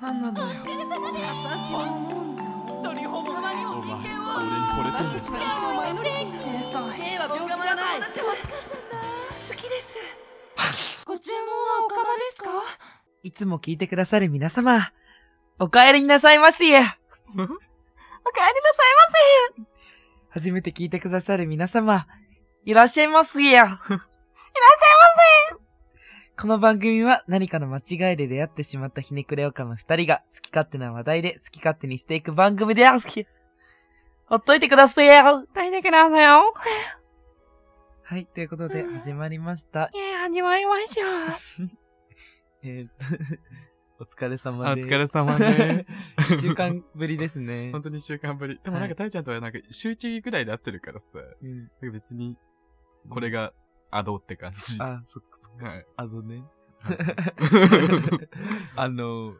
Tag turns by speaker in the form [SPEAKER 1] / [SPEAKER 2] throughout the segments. [SPEAKER 1] 何なのよ
[SPEAKER 2] お疲れ様で
[SPEAKER 1] 私
[SPEAKER 2] す
[SPEAKER 1] は飲んじゃおう
[SPEAKER 3] 当にほんまにも
[SPEAKER 4] お
[SPEAKER 3] 人
[SPEAKER 4] 前
[SPEAKER 3] 権
[SPEAKER 4] 俺に惚れて
[SPEAKER 1] 私た
[SPEAKER 4] んの
[SPEAKER 1] ちは一生前乗り変態
[SPEAKER 3] は病気じゃない
[SPEAKER 1] 好きですご注文はおかまですか
[SPEAKER 5] いつも聞いてくださる皆様、お帰りなさいませや。
[SPEAKER 2] おかえりなさい
[SPEAKER 5] 初めて聞いてくださる皆様、いらっしゃいますや。
[SPEAKER 2] いらっしゃい
[SPEAKER 5] この番組は何かの間違いで出会ってしまったひねくれおかの二人が好き勝手な話題で好き勝手にしていく番組であす。ほっといてくださいや。
[SPEAKER 2] ませ大体くださいよ
[SPEAKER 5] はい、ということで
[SPEAKER 2] うん
[SPEAKER 5] 始まりました。
[SPEAKER 2] いや始まりましょう
[SPEAKER 5] えーっ と お疲れ
[SPEAKER 4] あ
[SPEAKER 5] 様
[SPEAKER 4] お
[SPEAKER 5] です。
[SPEAKER 4] 疲れ様です。
[SPEAKER 5] 一週間ぶりですね。
[SPEAKER 4] 本当に一週間ぶり。でもなんか、大ちゃんとはなんか、週1ぐらいで会ってるからさ。
[SPEAKER 5] うん
[SPEAKER 4] なんか別に、これが、アドって感じ。
[SPEAKER 5] あ、そっかそっか。
[SPEAKER 4] はい。
[SPEAKER 5] あの ね。
[SPEAKER 4] はい
[SPEAKER 5] あの、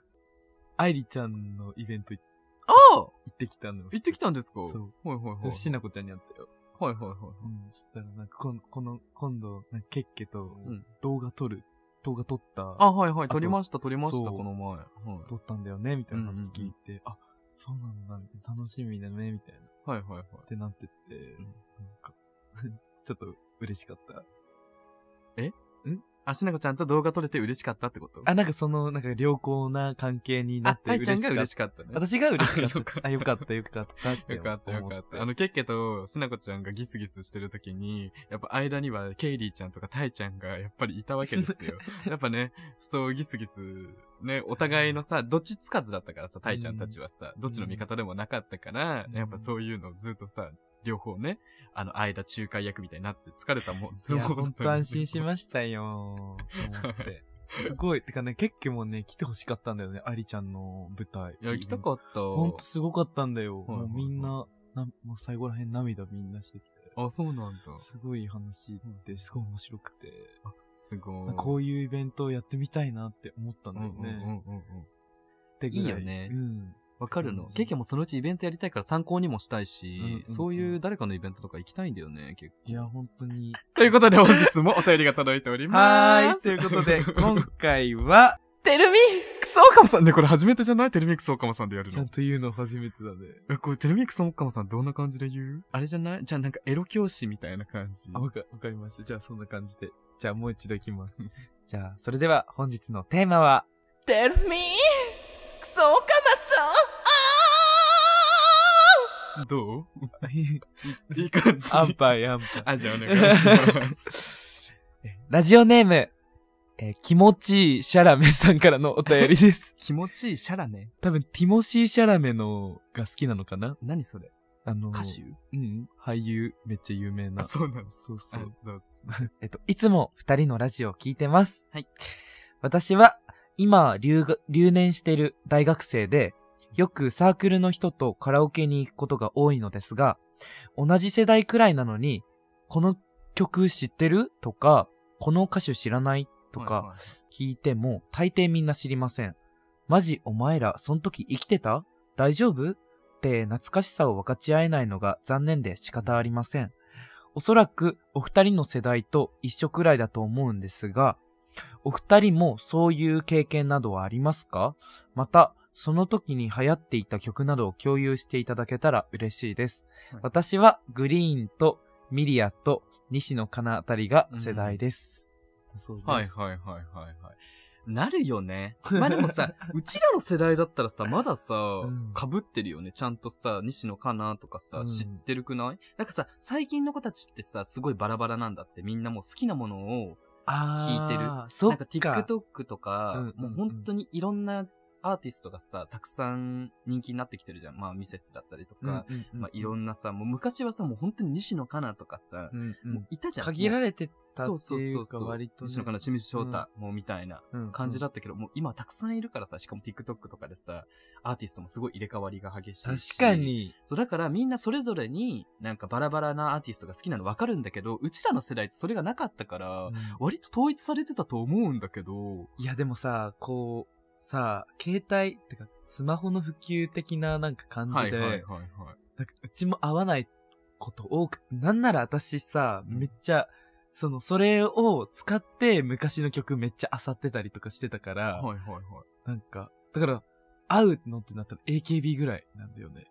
[SPEAKER 5] 愛理ちゃんのイベント行
[SPEAKER 4] ああ
[SPEAKER 5] ってきたの。
[SPEAKER 4] 行ってきたんですか
[SPEAKER 5] そう。
[SPEAKER 4] はいはいはい。
[SPEAKER 5] しなこちゃんに会ったよ。
[SPEAKER 4] はいはいはい。
[SPEAKER 5] うん。そしたら、なんかこん、この、今度、なんかケッケと
[SPEAKER 4] ん
[SPEAKER 5] 動画撮る、動画撮った、
[SPEAKER 4] あ、はいはい。
[SPEAKER 5] と
[SPEAKER 4] 撮りました、撮りました、
[SPEAKER 5] そう
[SPEAKER 4] この前。はい
[SPEAKER 5] 撮ったんだよね、みたいな話聞いて、あ、そうなんだ、みたいな、楽しみだね、みたいな、っ
[SPEAKER 4] はいはいはい。
[SPEAKER 5] てなってって、なんか、 ちょっと嬉しかった。
[SPEAKER 4] あ、しなこちゃんと動画撮れて嬉しかったってこと
[SPEAKER 5] あ、なんかその、なんか良好な関係にな
[SPEAKER 4] あ
[SPEAKER 5] っ、て
[SPEAKER 4] たい
[SPEAKER 5] 嬉し
[SPEAKER 4] ちゃ
[SPEAKER 5] か
[SPEAKER 4] んが
[SPEAKER 5] った。
[SPEAKER 4] 嬉しかったね。
[SPEAKER 5] 私が嬉しかっ。
[SPEAKER 4] あよかったた
[SPEAKER 5] あ、よかった、よかったって
[SPEAKER 4] よ
[SPEAKER 5] 思
[SPEAKER 4] かったよかった。あの、ケッケとしなこちゃんがギスギスしてる時に、やっぱ間にはケイリーちゃんとかタイちゃんがやっぱりいたわけ ですよ。やっぱね、そうギスギス、ね、お互いのさ、どっちつかずだったからさ、タイちゃんたちはさ、どっちの味方でもなかったから
[SPEAKER 5] う、ん
[SPEAKER 4] やっぱそういうのをずっとさ、両方ね、あの、間仲介役みたいになって疲れたもん。
[SPEAKER 5] いや、ほんと安心し
[SPEAKER 4] し
[SPEAKER 5] ましたよー。と思って。すごい。てかね、結局もね、来てほしかったんだよね。アリちゃんの舞台。
[SPEAKER 4] いや、行きたかった。
[SPEAKER 5] ほんとすごかったんだよ。
[SPEAKER 4] はいはいはい
[SPEAKER 5] もうみんな、なもう最後らへん涙みんなしてきて。
[SPEAKER 4] あ、そうなんだ。
[SPEAKER 5] すごいいい話って、すごい面白くて。
[SPEAKER 4] すご。
[SPEAKER 5] ないんかこういうイベントをやってみたいなって思ったん
[SPEAKER 4] うん
[SPEAKER 5] だ
[SPEAKER 4] う
[SPEAKER 5] よ
[SPEAKER 4] んうんうん
[SPEAKER 5] ね。
[SPEAKER 4] うん。
[SPEAKER 5] ってぐら
[SPEAKER 4] いいよね
[SPEAKER 5] うん。
[SPEAKER 4] わかるの
[SPEAKER 5] うん。
[SPEAKER 4] ケーキもそのうちイベントやりたいから参考にもしたいし、
[SPEAKER 5] うんうんうん
[SPEAKER 4] そういう誰かのイベントとか行きたいんだよね、結構。
[SPEAKER 5] いや、ほんとに。
[SPEAKER 4] ということで本日もお便りが届いており
[SPEAKER 5] は
[SPEAKER 4] ま
[SPEAKER 5] ーい。
[SPEAKER 4] す。
[SPEAKER 5] ということで、 今回は、
[SPEAKER 2] てるみ
[SPEAKER 4] クソオカマさんね、これ初めてじゃないテレミクソオカマさんでやる
[SPEAKER 5] ちゃんと言うの初めてだね。
[SPEAKER 4] え、これテレミクソオカマさんどんな感じで言うあれじゃないじゃあなんかエロ教師みたいな感じ。
[SPEAKER 5] あ、わか、わかりました。じゃあそんな感じで。じゃあもう一度いきます。じゃあ、それでは本日のテーマは、
[SPEAKER 2] てるみクソおか
[SPEAKER 4] どう いい感じ。
[SPEAKER 5] アンパイアンパイ。
[SPEAKER 4] あ、じゃあお願いします。
[SPEAKER 5] えラジオネーム、えー気持ちいいシャラメさんからのお便りです。
[SPEAKER 4] 気持ちいいシャラメ
[SPEAKER 5] 多分、ティモシー・シャラメのが好きなのかな
[SPEAKER 4] 何それ
[SPEAKER 5] あの、
[SPEAKER 4] 歌手
[SPEAKER 5] うん、俳優、めっちゃ有名な。
[SPEAKER 4] あ、そうなんです。
[SPEAKER 5] そうそ
[SPEAKER 4] あ
[SPEAKER 5] う。、
[SPEAKER 4] どうぞ。
[SPEAKER 5] えっと、いつも二人のラジオを聞いてます。
[SPEAKER 4] はい。
[SPEAKER 5] 私は、今留学、留年している大学生で、よくサークルの人とカラオケに行くことが多いのですが、同じ世代くらいなのに、この曲知ってるとか、この歌手知らないと
[SPEAKER 4] はい
[SPEAKER 5] か
[SPEAKER 4] はい
[SPEAKER 5] 聞いても大抵みんな知りません。マジお前らその時生きてた大丈夫って懐かしさを分かち合えないのが残念で仕方ありません。おそらくお二人の世代と一緒くらいだと思うんですが、お二人もそういう経験などはありますかまた、その時に流行っていた曲などを共有していただけたら嬉しいです。
[SPEAKER 4] はい
[SPEAKER 5] 私はグリーンとミリアと西野かなあたりが世代です。そうです
[SPEAKER 4] はいはいはいはいはい。なるよね。 まあでも さ、うちらの世代だったらさ、まださ、
[SPEAKER 5] ん
[SPEAKER 4] 被ってるよね。ちゃんとさ、西野かなとかさ、
[SPEAKER 5] うん
[SPEAKER 4] 知ってるくないなんかさ、最近の子たちってさ、すごいバラバラなんだって。みんなもう好きなものを、
[SPEAKER 5] あ
[SPEAKER 4] 聞
[SPEAKER 5] ー
[SPEAKER 4] いてる
[SPEAKER 5] そ
[SPEAKER 4] なん
[SPEAKER 5] っ
[SPEAKER 4] か
[SPEAKER 5] か。
[SPEAKER 4] TikTok とか、
[SPEAKER 5] うんうんうん
[SPEAKER 4] もう本当にいろんなアーティストがさ、たくさん人気になってきてるじゃん。まあ、ミセスだったりとか、まあ、いろ
[SPEAKER 5] な、
[SPEAKER 4] んなさ、もう昔はさ、もう本当に西野かなとかさ、
[SPEAKER 5] うんうん
[SPEAKER 4] もういたじゃん。
[SPEAKER 5] 限られてた
[SPEAKER 4] そう
[SPEAKER 5] って
[SPEAKER 4] そう
[SPEAKER 5] い
[SPEAKER 4] そううそ
[SPEAKER 5] か
[SPEAKER 4] う。
[SPEAKER 5] 割とね、
[SPEAKER 4] 西野かな、清水翔太、もうみたいな。
[SPEAKER 5] うん
[SPEAKER 4] 感じだったけど、もう今たくさんいるからさ、しかも TikTok とかでさ、アーティストもすごい入れ替わりが激しいし。
[SPEAKER 5] 確か。に、
[SPEAKER 4] そう、だからみんなそれぞれに、なんかバラバラなアーティストが好きなの分かるんだけど、うちらの世代ってそれがなかったから、割と統一されてたと思うんだけど、
[SPEAKER 5] いやでもさこうさ携帯ってかスマホの普及的ななんか感
[SPEAKER 4] は
[SPEAKER 5] じ
[SPEAKER 4] い
[SPEAKER 5] で、
[SPEAKER 4] はいはいは
[SPEAKER 5] なんかうちも合わないこと多くてなんなら私さ
[SPEAKER 4] うん
[SPEAKER 5] めっちゃそのそれを使って昔の曲めっちゃ漁ってたりとかしてたから、
[SPEAKER 4] い。はいはいはい。
[SPEAKER 5] なんかだから会うのってなったら AKB ぐらいなんだよね。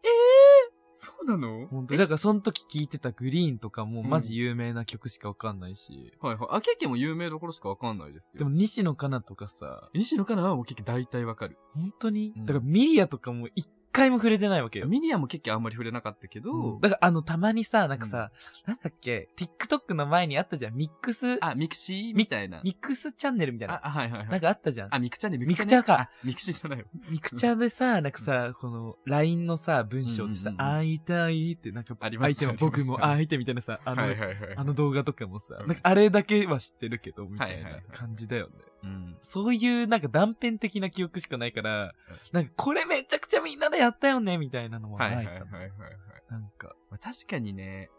[SPEAKER 4] そうなの
[SPEAKER 5] 本当にだからその時聴いてたグリーンとかもマジ有名な曲しかわかんないし。
[SPEAKER 4] はいはい。あ、ケーキも有名どころしかわかんないですよ。
[SPEAKER 5] でも、西野カナとかさ、
[SPEAKER 4] 西野カナはもう結局大体わかる。
[SPEAKER 5] 本当に、
[SPEAKER 4] うん
[SPEAKER 5] だからミリアとかも一回も触れてないわけよ。
[SPEAKER 4] ミニアも結局あんまり触れなかったけど、
[SPEAKER 5] うんだからあの、たまにさ、なんかさ、なんだっけ、TikTok の前にあったじゃん、ミックス、
[SPEAKER 4] あ、ミクシーみたいな。
[SPEAKER 5] ミックスチャンネルみたい
[SPEAKER 4] あ
[SPEAKER 5] な。、
[SPEAKER 4] あはいはいはい。
[SPEAKER 5] なんかあったじゃん。
[SPEAKER 4] あ、ミクチャね、
[SPEAKER 5] ミクチャか
[SPEAKER 4] ね。あミクシーじゃないよ。
[SPEAKER 5] ミクチャでさ、なんかさ、この、LINE のさ、文章でさ、
[SPEAKER 4] うんうんうん
[SPEAKER 5] 会いたいって、なんか、
[SPEAKER 4] ありま
[SPEAKER 5] 相
[SPEAKER 4] す
[SPEAKER 5] 手
[SPEAKER 4] よ
[SPEAKER 5] も僕も
[SPEAKER 4] あ
[SPEAKER 5] 相手みたいなさ、あの、
[SPEAKER 4] はいはいはい。
[SPEAKER 5] あの動画とかもさ、
[SPEAKER 4] うん
[SPEAKER 5] なんかあれだけは知ってるけど、みた
[SPEAKER 4] はいいはいは
[SPEAKER 5] ない感じだよね。
[SPEAKER 4] うん。
[SPEAKER 5] そういうなんか断片的な記憶しかないから、なんかこれめちゃくちゃみんなでやったよね、みたいなのは
[SPEAKER 4] は
[SPEAKER 5] ないいか
[SPEAKER 4] はい
[SPEAKER 5] な。
[SPEAKER 4] はいはいはい。
[SPEAKER 5] なんか、
[SPEAKER 4] まあ確かにね、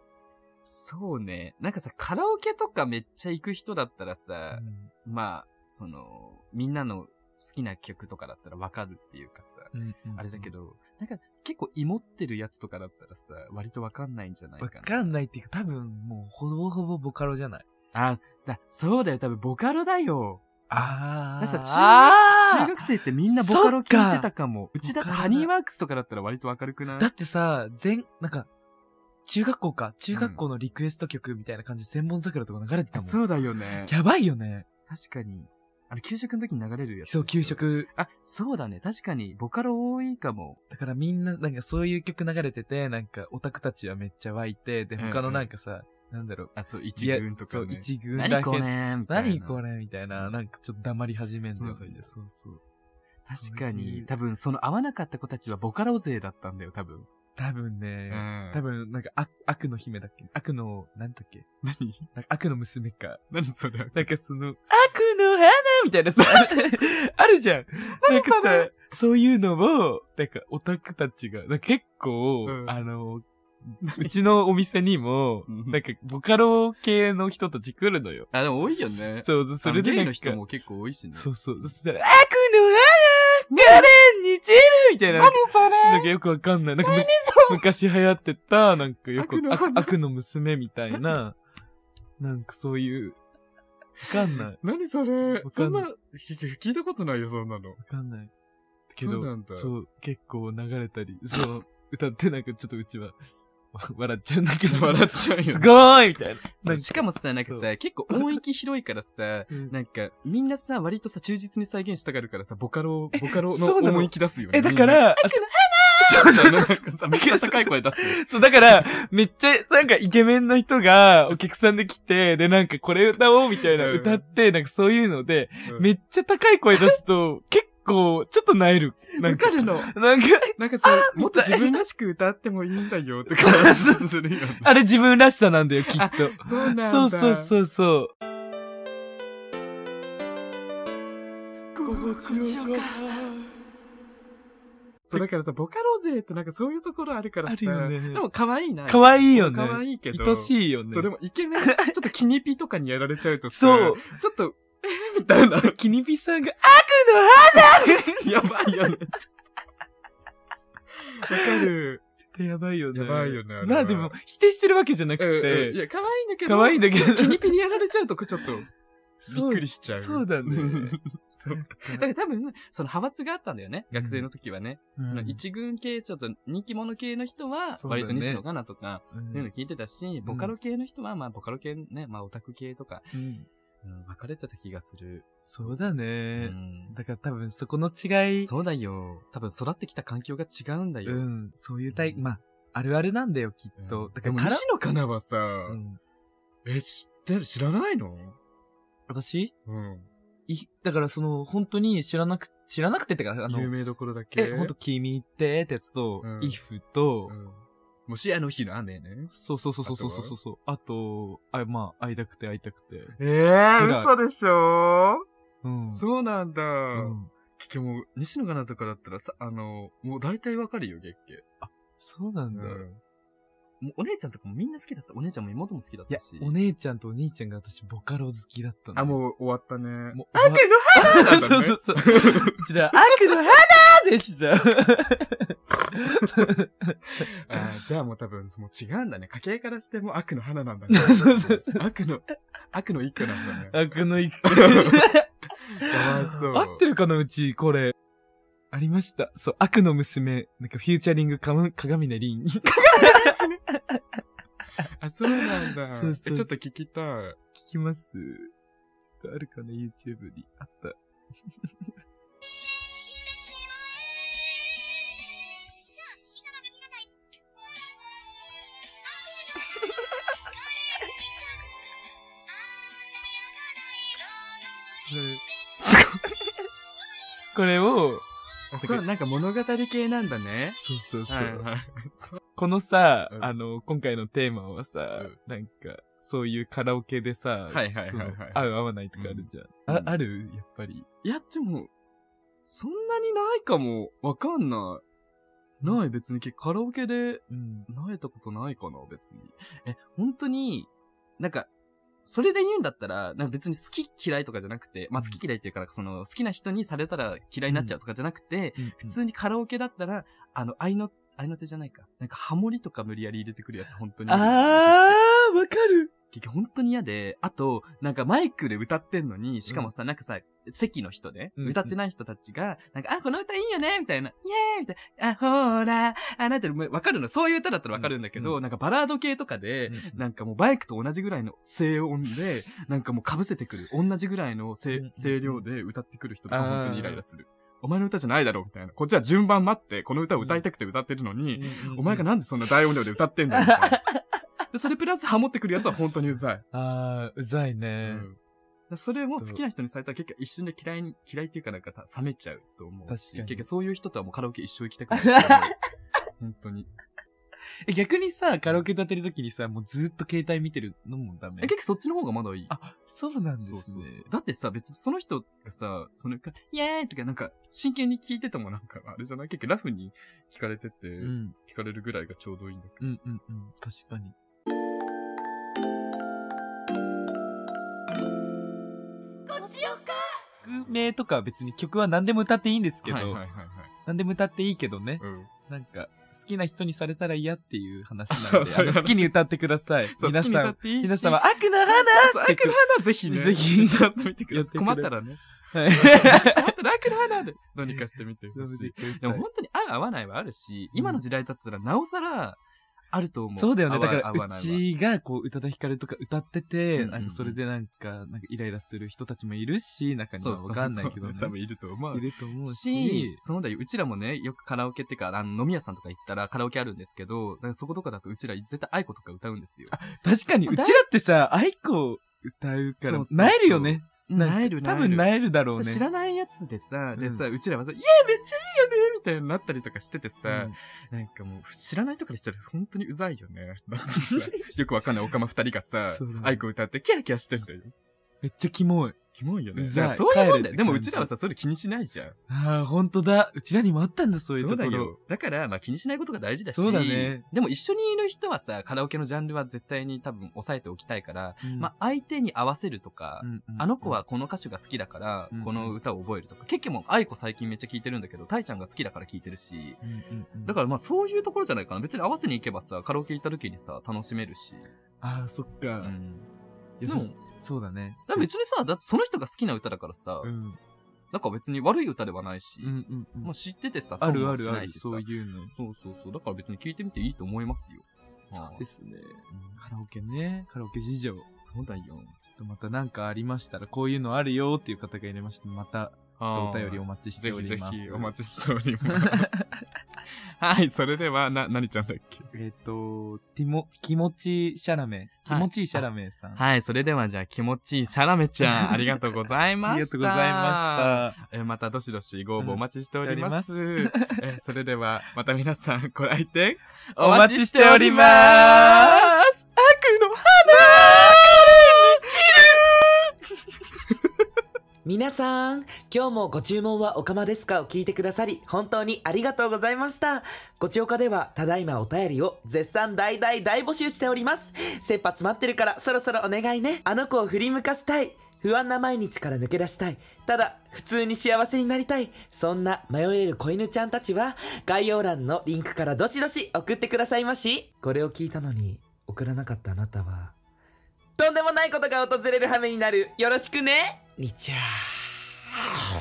[SPEAKER 4] そうね。なんかさ、カラオケとかめっちゃ行く人だったらさ
[SPEAKER 5] う、ん
[SPEAKER 4] まあ、その、みんなの好きな曲とかだったらわかるっていうかさ、
[SPEAKER 5] うんうん
[SPEAKER 4] あれだけど、なんか結構芋ってるやつとかだったらさ、割とわかんないんじゃないか
[SPEAKER 5] わ
[SPEAKER 4] な。
[SPEAKER 5] かんないっていうか、多分もうほぼほぼボカロじゃない。
[SPEAKER 4] あ、だ、そうだよ、多分ボカロだよ。な
[SPEAKER 5] あ
[SPEAKER 4] んかさ中
[SPEAKER 5] あ
[SPEAKER 4] 学中学生ってみんなボカロ
[SPEAKER 5] そっ
[SPEAKER 4] 聴
[SPEAKER 5] か
[SPEAKER 4] いてたかも。うちだって
[SPEAKER 5] ボ
[SPEAKER 4] ハ
[SPEAKER 5] カロだ
[SPEAKER 4] ニーワークスとかだったら割と明るくない
[SPEAKER 5] だってさ、全、なんか、中学校か、中学校のリクエスト曲みたいな感じで千本桜とか流れてた
[SPEAKER 4] あ
[SPEAKER 5] もん。
[SPEAKER 4] そうだよね。
[SPEAKER 5] やばいよね。
[SPEAKER 4] 確かに。あの、給食の時に流れるやつ。
[SPEAKER 5] そう、給。食。
[SPEAKER 4] あ、そうだね。確かに、ボカロ多いかも。
[SPEAKER 5] だからみんな、なんかそういう曲流れてて、なんかオタクたちはめっちゃ湧いて、で、
[SPEAKER 4] うんうん
[SPEAKER 5] 他のなんかさ、なんだろう、
[SPEAKER 4] あ、そう、
[SPEAKER 5] い
[SPEAKER 4] 一
[SPEAKER 5] や
[SPEAKER 4] 軍とか
[SPEAKER 5] そう、
[SPEAKER 4] ね。
[SPEAKER 5] 一軍だ
[SPEAKER 4] 何
[SPEAKER 5] け
[SPEAKER 4] こ。れみたいな。
[SPEAKER 5] 何これみたいな、なんかちょっと黙り始めんだよね
[SPEAKER 4] そうだよ
[SPEAKER 5] そうそう。
[SPEAKER 4] 確か
[SPEAKER 5] そうい
[SPEAKER 4] に、
[SPEAKER 5] う
[SPEAKER 4] 多分その合わなかった子たちはボカロ勢だったんだよ、多分。
[SPEAKER 5] 多分
[SPEAKER 4] う
[SPEAKER 5] ね、
[SPEAKER 4] ん。
[SPEAKER 5] 多。分なんか悪悪の姫だっけ悪の、なんだっけ
[SPEAKER 4] 何
[SPEAKER 5] なんか悪の娘か。
[SPEAKER 4] 何それ
[SPEAKER 5] なんかその、悪の花みたいな さ、あるじゃん。なんかさ、そういうのを、なんかオタクたちが、なんか結構、
[SPEAKER 4] うん
[SPEAKER 5] あの、うちのお店にも、
[SPEAKER 4] うん
[SPEAKER 5] なんかボカロ系の人たち来るのよ。
[SPEAKER 4] あ、でも多いよね。
[SPEAKER 5] そう、それで
[SPEAKER 4] あのゲイ
[SPEAKER 5] なんか
[SPEAKER 4] の、人も結構多いしね。
[SPEAKER 5] そうそう、そしたら、悪の花ガレンに散るみたいな。
[SPEAKER 2] 何そ
[SPEAKER 5] なん
[SPEAKER 2] れ
[SPEAKER 5] かよくわかんない。なんかむ昔流行ってた、なんかよく
[SPEAKER 4] 悪の
[SPEAKER 5] 悪
[SPEAKER 4] 女
[SPEAKER 5] 悪の娘みたいな、なんかそういう、わかんない。
[SPEAKER 4] 何それ
[SPEAKER 5] わか
[SPEAKER 4] そん
[SPEAKER 5] んない
[SPEAKER 4] な、聞いたことないよ、そんなの。
[SPEAKER 5] わかんない。けど、
[SPEAKER 4] そうなんだ
[SPEAKER 5] そう結構流れたり、そう、歌ってなんかちょっとうちは、わ笑っちゃうんだけ ど、
[SPEAKER 4] 笑っちゃうよね
[SPEAKER 5] すごーいみたいな。
[SPEAKER 4] そ
[SPEAKER 5] な
[SPEAKER 4] うんしかもさ、なんか
[SPEAKER 5] そ
[SPEAKER 4] さ、結構音域広いからさ、
[SPEAKER 5] うん
[SPEAKER 4] なんか、みんなさ、割とさ、忠実に再現したがるからさ、ボカロ、ボカロの
[SPEAKER 5] そうなの
[SPEAKER 4] 音域出すよね。
[SPEAKER 5] え、だから、
[SPEAKER 4] みんな、そうなん かさ、めっちゃ高い声出すよ。
[SPEAKER 5] そう、だから、めっちゃ、なんかイケメンの人がお客さんで来て、で、なんかこれ歌おうみたいな
[SPEAKER 4] うん
[SPEAKER 5] 歌って、なんかそういうので、
[SPEAKER 4] うん
[SPEAKER 5] めっちゃ高い声出すと、結構、ちょっとなえる。なん
[SPEAKER 4] わ
[SPEAKER 5] か
[SPEAKER 4] か、るの。
[SPEAKER 5] なんか、
[SPEAKER 4] なんかさ、もっと
[SPEAKER 5] みたい
[SPEAKER 4] 自分らしく歌ってもいいんだよ、とか、するよね。
[SPEAKER 5] あれ自分らしさなんだよ、きっと。
[SPEAKER 4] そうなんだ。
[SPEAKER 5] そうそう
[SPEAKER 4] う。
[SPEAKER 5] そうそう。
[SPEAKER 1] 心地よか
[SPEAKER 4] そう、だからさ、ボカロ勢ってなんかそういうところあるからさ、
[SPEAKER 5] あるよね
[SPEAKER 4] でも可愛いな。
[SPEAKER 5] 可愛いよね。
[SPEAKER 4] 可愛いけど。
[SPEAKER 5] 愛
[SPEAKER 4] い。
[SPEAKER 5] しいよね。
[SPEAKER 4] そう、でもイケメン、ちょっとキニピとかにやられちゃうとさ、
[SPEAKER 5] そう。。
[SPEAKER 4] ちょっと、みたいな。
[SPEAKER 5] キニピさんが、
[SPEAKER 4] やばいよね。わかる。
[SPEAKER 5] 絶対やばいよね。
[SPEAKER 4] やばいよねあれは
[SPEAKER 5] まあでも、否定してるわけじゃなく
[SPEAKER 4] うんうんい
[SPEAKER 5] て、
[SPEAKER 4] や、可愛いんだけど。
[SPEAKER 5] 可愛いんだけど、
[SPEAKER 4] キニピにやられちゃうと、ちょっと、びっくりし ちゃう。
[SPEAKER 5] そうだね
[SPEAKER 4] ん。そう。だから多分、その派閥があったんだよね。学生の時はね。
[SPEAKER 5] うん
[SPEAKER 4] その一軍系、ちょっと人気者系の人は、
[SPEAKER 5] そうだね
[SPEAKER 4] 割と西野カナとか、
[SPEAKER 5] う
[SPEAKER 4] そういうの
[SPEAKER 5] ん
[SPEAKER 4] 聞いてたし、ボカロ系の人は、まあボカロ系ね、まあオタク系とか、
[SPEAKER 5] うん
[SPEAKER 4] うん分かれてた気がする。
[SPEAKER 5] そうだ
[SPEAKER 4] う
[SPEAKER 5] ね。
[SPEAKER 4] ん
[SPEAKER 5] だから多分そこの違い、
[SPEAKER 4] そうだよ。多分育ってきた環境が違うんだよ。
[SPEAKER 5] うん、そういう体、まあ、あるあるなんだよ、きっと。だ
[SPEAKER 4] で
[SPEAKER 5] から
[SPEAKER 4] も
[SPEAKER 5] から、
[SPEAKER 4] 西野カナはさ、
[SPEAKER 5] うん
[SPEAKER 4] え、知ってる知らないの
[SPEAKER 5] 私
[SPEAKER 4] うん。
[SPEAKER 5] いだからその、本当に知らなく、知らなくてってか、あ
[SPEAKER 4] 有
[SPEAKER 5] の、
[SPEAKER 4] 名どころだけ。
[SPEAKER 5] え、ほんと、君ってってやつと
[SPEAKER 4] う、ん
[SPEAKER 5] イフと
[SPEAKER 4] う、ん。もしあの日の雨ね。
[SPEAKER 5] そうそうそうそうそうそうそう。あと、あ、まあ、会いたくて会いたく て。
[SPEAKER 4] ええ
[SPEAKER 5] らい
[SPEAKER 4] でしょ、
[SPEAKER 5] うん。
[SPEAKER 4] そうなんだ。
[SPEAKER 5] うん
[SPEAKER 4] でも、西野カナとかだったらさ、あの、もう大体わかるよ、月経。
[SPEAKER 5] そうな
[SPEAKER 4] うん
[SPEAKER 5] だ。
[SPEAKER 4] もうお姉ちゃんとかもみんな好きだった。お姉ちゃんも妹も好きだっ
[SPEAKER 5] いや
[SPEAKER 4] たし。、
[SPEAKER 5] お姉ちゃんとお兄ちゃんが私、ボカロ好きだったの。
[SPEAKER 4] あ、もう終わったね。
[SPEAKER 5] う、もう、悪の
[SPEAKER 4] なんだ
[SPEAKER 5] そう
[SPEAKER 4] ね
[SPEAKER 5] そうそう。こちら、悪の花で した。
[SPEAKER 4] あーじゃあもう多分、もう違うんだね。家系からしても悪の花なんだね。
[SPEAKER 5] そうそうそ
[SPEAKER 4] 悪の、悪の一家なん だね。
[SPEAKER 5] 悪の一個。
[SPEAKER 4] かわいそう。
[SPEAKER 5] 合ってるかな、うち、これ。ありました。そう、悪の娘、なんかフューチャリングかむ鏡音凛。 聞
[SPEAKER 4] あ、そうなんだ。
[SPEAKER 5] そうそうそう
[SPEAKER 4] えちょっと聞きたい。
[SPEAKER 5] きます。ちょっとあるかな、YouTube に。あった。すごい。これを、
[SPEAKER 4] あそう、なんか物語系なんだね。
[SPEAKER 5] そうそうそう。
[SPEAKER 4] はいはい。
[SPEAKER 5] このさ、
[SPEAKER 4] うん
[SPEAKER 5] あの、今回のテーマはさ、
[SPEAKER 4] うん
[SPEAKER 5] なんか、そういうカラオケで
[SPEAKER 4] は
[SPEAKER 5] さ、
[SPEAKER 4] いはいはいはい
[SPEAKER 5] その合う合わないとかあるじゃん。あ
[SPEAKER 4] うん
[SPEAKER 5] あるやっぱり。
[SPEAKER 4] いや、でも、そんなにないかも。わかんない。ない、別に。カラオケで、
[SPEAKER 5] うん。
[SPEAKER 4] なえたことないかな、別に。え、本当に、なんか、それで言うんだったら、なんか別に好き嫌いとかじゃなくて、まあ
[SPEAKER 5] うん
[SPEAKER 4] 好き嫌いっていうから、その、好きな人にされたら嫌いになっちゃうとかじゃなくて、
[SPEAKER 5] 普
[SPEAKER 4] 普通にカラオケだったら、あの、愛の、愛の手じゃないか。なんかハモリとか無理やり入れてくるやつ、本当に。
[SPEAKER 5] あー、わかる
[SPEAKER 4] 結局本当に嫌で、あと、なんかマイクで歌ってんのに、しかもさ、なんかさ、席の人で、
[SPEAKER 5] うん
[SPEAKER 4] 歌ってない人たちが、なんか、あ、この歌いいよねみたいな、イエーイみたいな、あ、ほーら、あなた、もうわかるの、そういう歌だったらわかるんだけど、
[SPEAKER 5] う
[SPEAKER 4] なんかバラード系とかで、なんかもうバイクと同じぐらいの声音 で、なんかもう被せてくる。同じぐらいの声,、
[SPEAKER 5] うん
[SPEAKER 4] 声量で歌ってくる人と
[SPEAKER 5] あー
[SPEAKER 4] 本当にイライラする。お前の歌じゃないだろみたいな。こっちは順番待って、この歌を歌いたくて歌ってるのに、 お前が
[SPEAKER 5] な。
[SPEAKER 4] なんでそんな大音量で歌ってんだよみたいな。でそれプラスハモってくるやつは本当にうざい。
[SPEAKER 5] あー、うざいうね。
[SPEAKER 4] んだからそれも好きな人にされたら結果一瞬で嫌いに、嫌いっていうかなんかた冷めちゃうと思う。
[SPEAKER 5] 確かに
[SPEAKER 4] 結局そういう人とはもうカラオケ一生行きたくないと 思う。本当に。
[SPEAKER 5] え逆にさ、カラオケ立てるときにさ、もうずーっと携帯見てるのもダメ
[SPEAKER 4] え、。結構そっちの方がまだいい。
[SPEAKER 5] あ、そうなんです
[SPEAKER 4] そう
[SPEAKER 5] ね。
[SPEAKER 4] そうそうだってさ、別にその人がさ、その、イエーイとかなんか、真剣に聞いててもなんか、あれじゃない結構ラフに聞かれてて、
[SPEAKER 5] うん。
[SPEAKER 4] 聞かれるぐらいがちょうどいいんだけ
[SPEAKER 5] うんうんうん。確かに。
[SPEAKER 1] ごちよか
[SPEAKER 5] 曲名とかは別に曲は何でも歌っていいんですけ
[SPEAKER 4] ど。
[SPEAKER 5] ど、
[SPEAKER 4] はいはいはいはい。
[SPEAKER 5] 何でも歌っていいけどね。
[SPEAKER 4] うん。
[SPEAKER 5] なんか、好きな人にされたら嫌っていう話
[SPEAKER 4] あ
[SPEAKER 5] な
[SPEAKER 4] そ
[SPEAKER 5] の
[SPEAKER 4] う
[SPEAKER 5] で、
[SPEAKER 4] そう
[SPEAKER 5] あの
[SPEAKER 4] そう
[SPEAKER 5] 好きに歌ってください。
[SPEAKER 4] そう
[SPEAKER 5] 皆さん、、皆様、
[SPEAKER 4] あ、
[SPEAKER 5] 悪の花して
[SPEAKER 4] 楽
[SPEAKER 5] くれ。
[SPEAKER 4] 花ぜひね。
[SPEAKER 5] ぜひ
[SPEAKER 4] 歌ってみてくだ
[SPEAKER 5] やっ
[SPEAKER 4] さい。
[SPEAKER 5] てくれ
[SPEAKER 4] 困ったらね。
[SPEAKER 5] はい
[SPEAKER 4] 困ったら楽花で。どうにかしてみてほしい。でも本当に合う合わないはあるし、今の時代だったらなおさら、あると思う。
[SPEAKER 5] そうだよね。だか
[SPEAKER 4] 合
[SPEAKER 5] ら、
[SPEAKER 4] わ合わ
[SPEAKER 5] う
[SPEAKER 4] ないは
[SPEAKER 5] ちが、こう、宇多田ヒカルとか歌って
[SPEAKER 4] うんうん
[SPEAKER 5] て、
[SPEAKER 4] うん
[SPEAKER 5] なんか、それでなんか、なんか、イライラする人たちもいるし、中に
[SPEAKER 4] そ
[SPEAKER 5] は
[SPEAKER 4] うそう
[SPEAKER 5] わかんないけどね
[SPEAKER 4] そう。多分いると思う
[SPEAKER 5] い。ると思
[SPEAKER 4] し
[SPEAKER 5] うし、、
[SPEAKER 4] そうだよ。うちらもね、よくカラオケってか、あの、飲み屋さんとか行ったらカラオケあるんですけど、だからそことかだとうちら絶対愛子とか歌うんですよ。
[SPEAKER 5] 確かに、うちらってさ、愛子歌うか
[SPEAKER 4] そ
[SPEAKER 5] ら
[SPEAKER 4] う、そう
[SPEAKER 5] なえるよね。なんか
[SPEAKER 4] なえるなえ
[SPEAKER 5] 多
[SPEAKER 4] る。
[SPEAKER 5] 分なえるだろうね。
[SPEAKER 4] 知らないやつでさ、でさ、うちらはさ、いや、めっちゃいいよねみたいになったりとかしてて
[SPEAKER 5] う
[SPEAKER 4] さ
[SPEAKER 5] ん、
[SPEAKER 4] なんかもう、知らないとかでしたら本当にうざいよ ね。だってさよくわかんないオカマ二人がさ
[SPEAKER 5] そうだね、
[SPEAKER 4] 愛子歌ってキャーキャーしてんだよ。
[SPEAKER 5] めっちゃキモい。
[SPEAKER 4] キモいよね。
[SPEAKER 5] うざい
[SPEAKER 4] だからそういうもん
[SPEAKER 5] 帰れっ
[SPEAKER 4] だよ。
[SPEAKER 5] て
[SPEAKER 4] でもう
[SPEAKER 5] 感じ
[SPEAKER 4] ちらはさ、それ気にしないじゃん。
[SPEAKER 5] ああ、ほんとだ。うちらにもあったんだ、そういう
[SPEAKER 4] そ
[SPEAKER 5] と
[SPEAKER 4] う
[SPEAKER 5] こ
[SPEAKER 4] だ
[SPEAKER 5] ろ。
[SPEAKER 4] よ。だから、まあ気にしないことが大事だし。
[SPEAKER 5] そうだね。
[SPEAKER 4] でも一緒にいる人はさ、カラオケのジャンルは絶対に多分抑えておきたいから、
[SPEAKER 5] うん
[SPEAKER 4] まあ相手に合わせるとか、
[SPEAKER 5] うんうん
[SPEAKER 4] あの子はこの歌手が好きだから
[SPEAKER 5] うん、
[SPEAKER 4] この歌を覚えるとか。結局も、愛子最近めっちゃ聴いてるんだけど、タイちゃんが好きだから聴いてるし。
[SPEAKER 5] うんうんうん
[SPEAKER 4] だからまあそういうところじゃないかな。別に合わせに行けばさ、カラオケ行った時にさ、楽しめるし。
[SPEAKER 5] ああ、そっ
[SPEAKER 4] う
[SPEAKER 5] か。
[SPEAKER 4] ん。
[SPEAKER 5] いや
[SPEAKER 4] でも
[SPEAKER 5] そそうだね。
[SPEAKER 4] だから別にさ、だってその人が好きな歌だからさ、
[SPEAKER 5] うんうん
[SPEAKER 4] なんか別に悪い歌ではないし、
[SPEAKER 5] うんうん
[SPEAKER 4] まあ知っててさ、
[SPEAKER 5] ある
[SPEAKER 4] 損
[SPEAKER 5] あ
[SPEAKER 4] はし
[SPEAKER 5] るあ
[SPEAKER 4] な
[SPEAKER 5] る、
[SPEAKER 4] いしさ
[SPEAKER 5] そういうの。
[SPEAKER 4] そうそうそう。だから別に聞いてみていいと思いますよ。。
[SPEAKER 5] そうですすね。カラオケね。カラオケ事情。ちょ
[SPEAKER 4] そうだよ。ちょ
[SPEAKER 5] っとまた何かありましたら、こういうのあるよっていう方がいれまして、また、ちょっとお便りお
[SPEAKER 4] 待
[SPEAKER 5] 待ち
[SPEAKER 4] ち
[SPEAKER 5] しており ます。
[SPEAKER 4] ぜひぜひお待ちしております。はい、それでは、な、何ちゃんだっけ
[SPEAKER 5] えっと、ティモ、気持ちいいシャラメ。気持ちいいシャラメさん。
[SPEAKER 4] はい、それで はじゃあ気持ちいいサラメちゃん、ありがとうございました。
[SPEAKER 5] ありがとうございました。
[SPEAKER 4] えーまたどしどしご応募お待ちしております。
[SPEAKER 5] う
[SPEAKER 4] えーそれでは、また皆さんご来店
[SPEAKER 5] お待ちしております。
[SPEAKER 4] 悪の花
[SPEAKER 1] 皆さん、今日もご注文はおかまですかを聞いてくださり、本当にありがとうございました。ごちおかでは、ただいまお便りを絶賛大大大募集しております。切羽詰まってるから、そろそろお願いね。あの子を振り向かせたい。不安な毎日から抜け出したい。ただ、普通に幸せになりたい。そんな迷える子犬ちゃんたちは、概要欄のリンクからどしどし送ってくださいまし。これを聞いたのに、送らなかったあなたは、とんでもないことが訪れる羽目になる。よろしくね。にちゃー。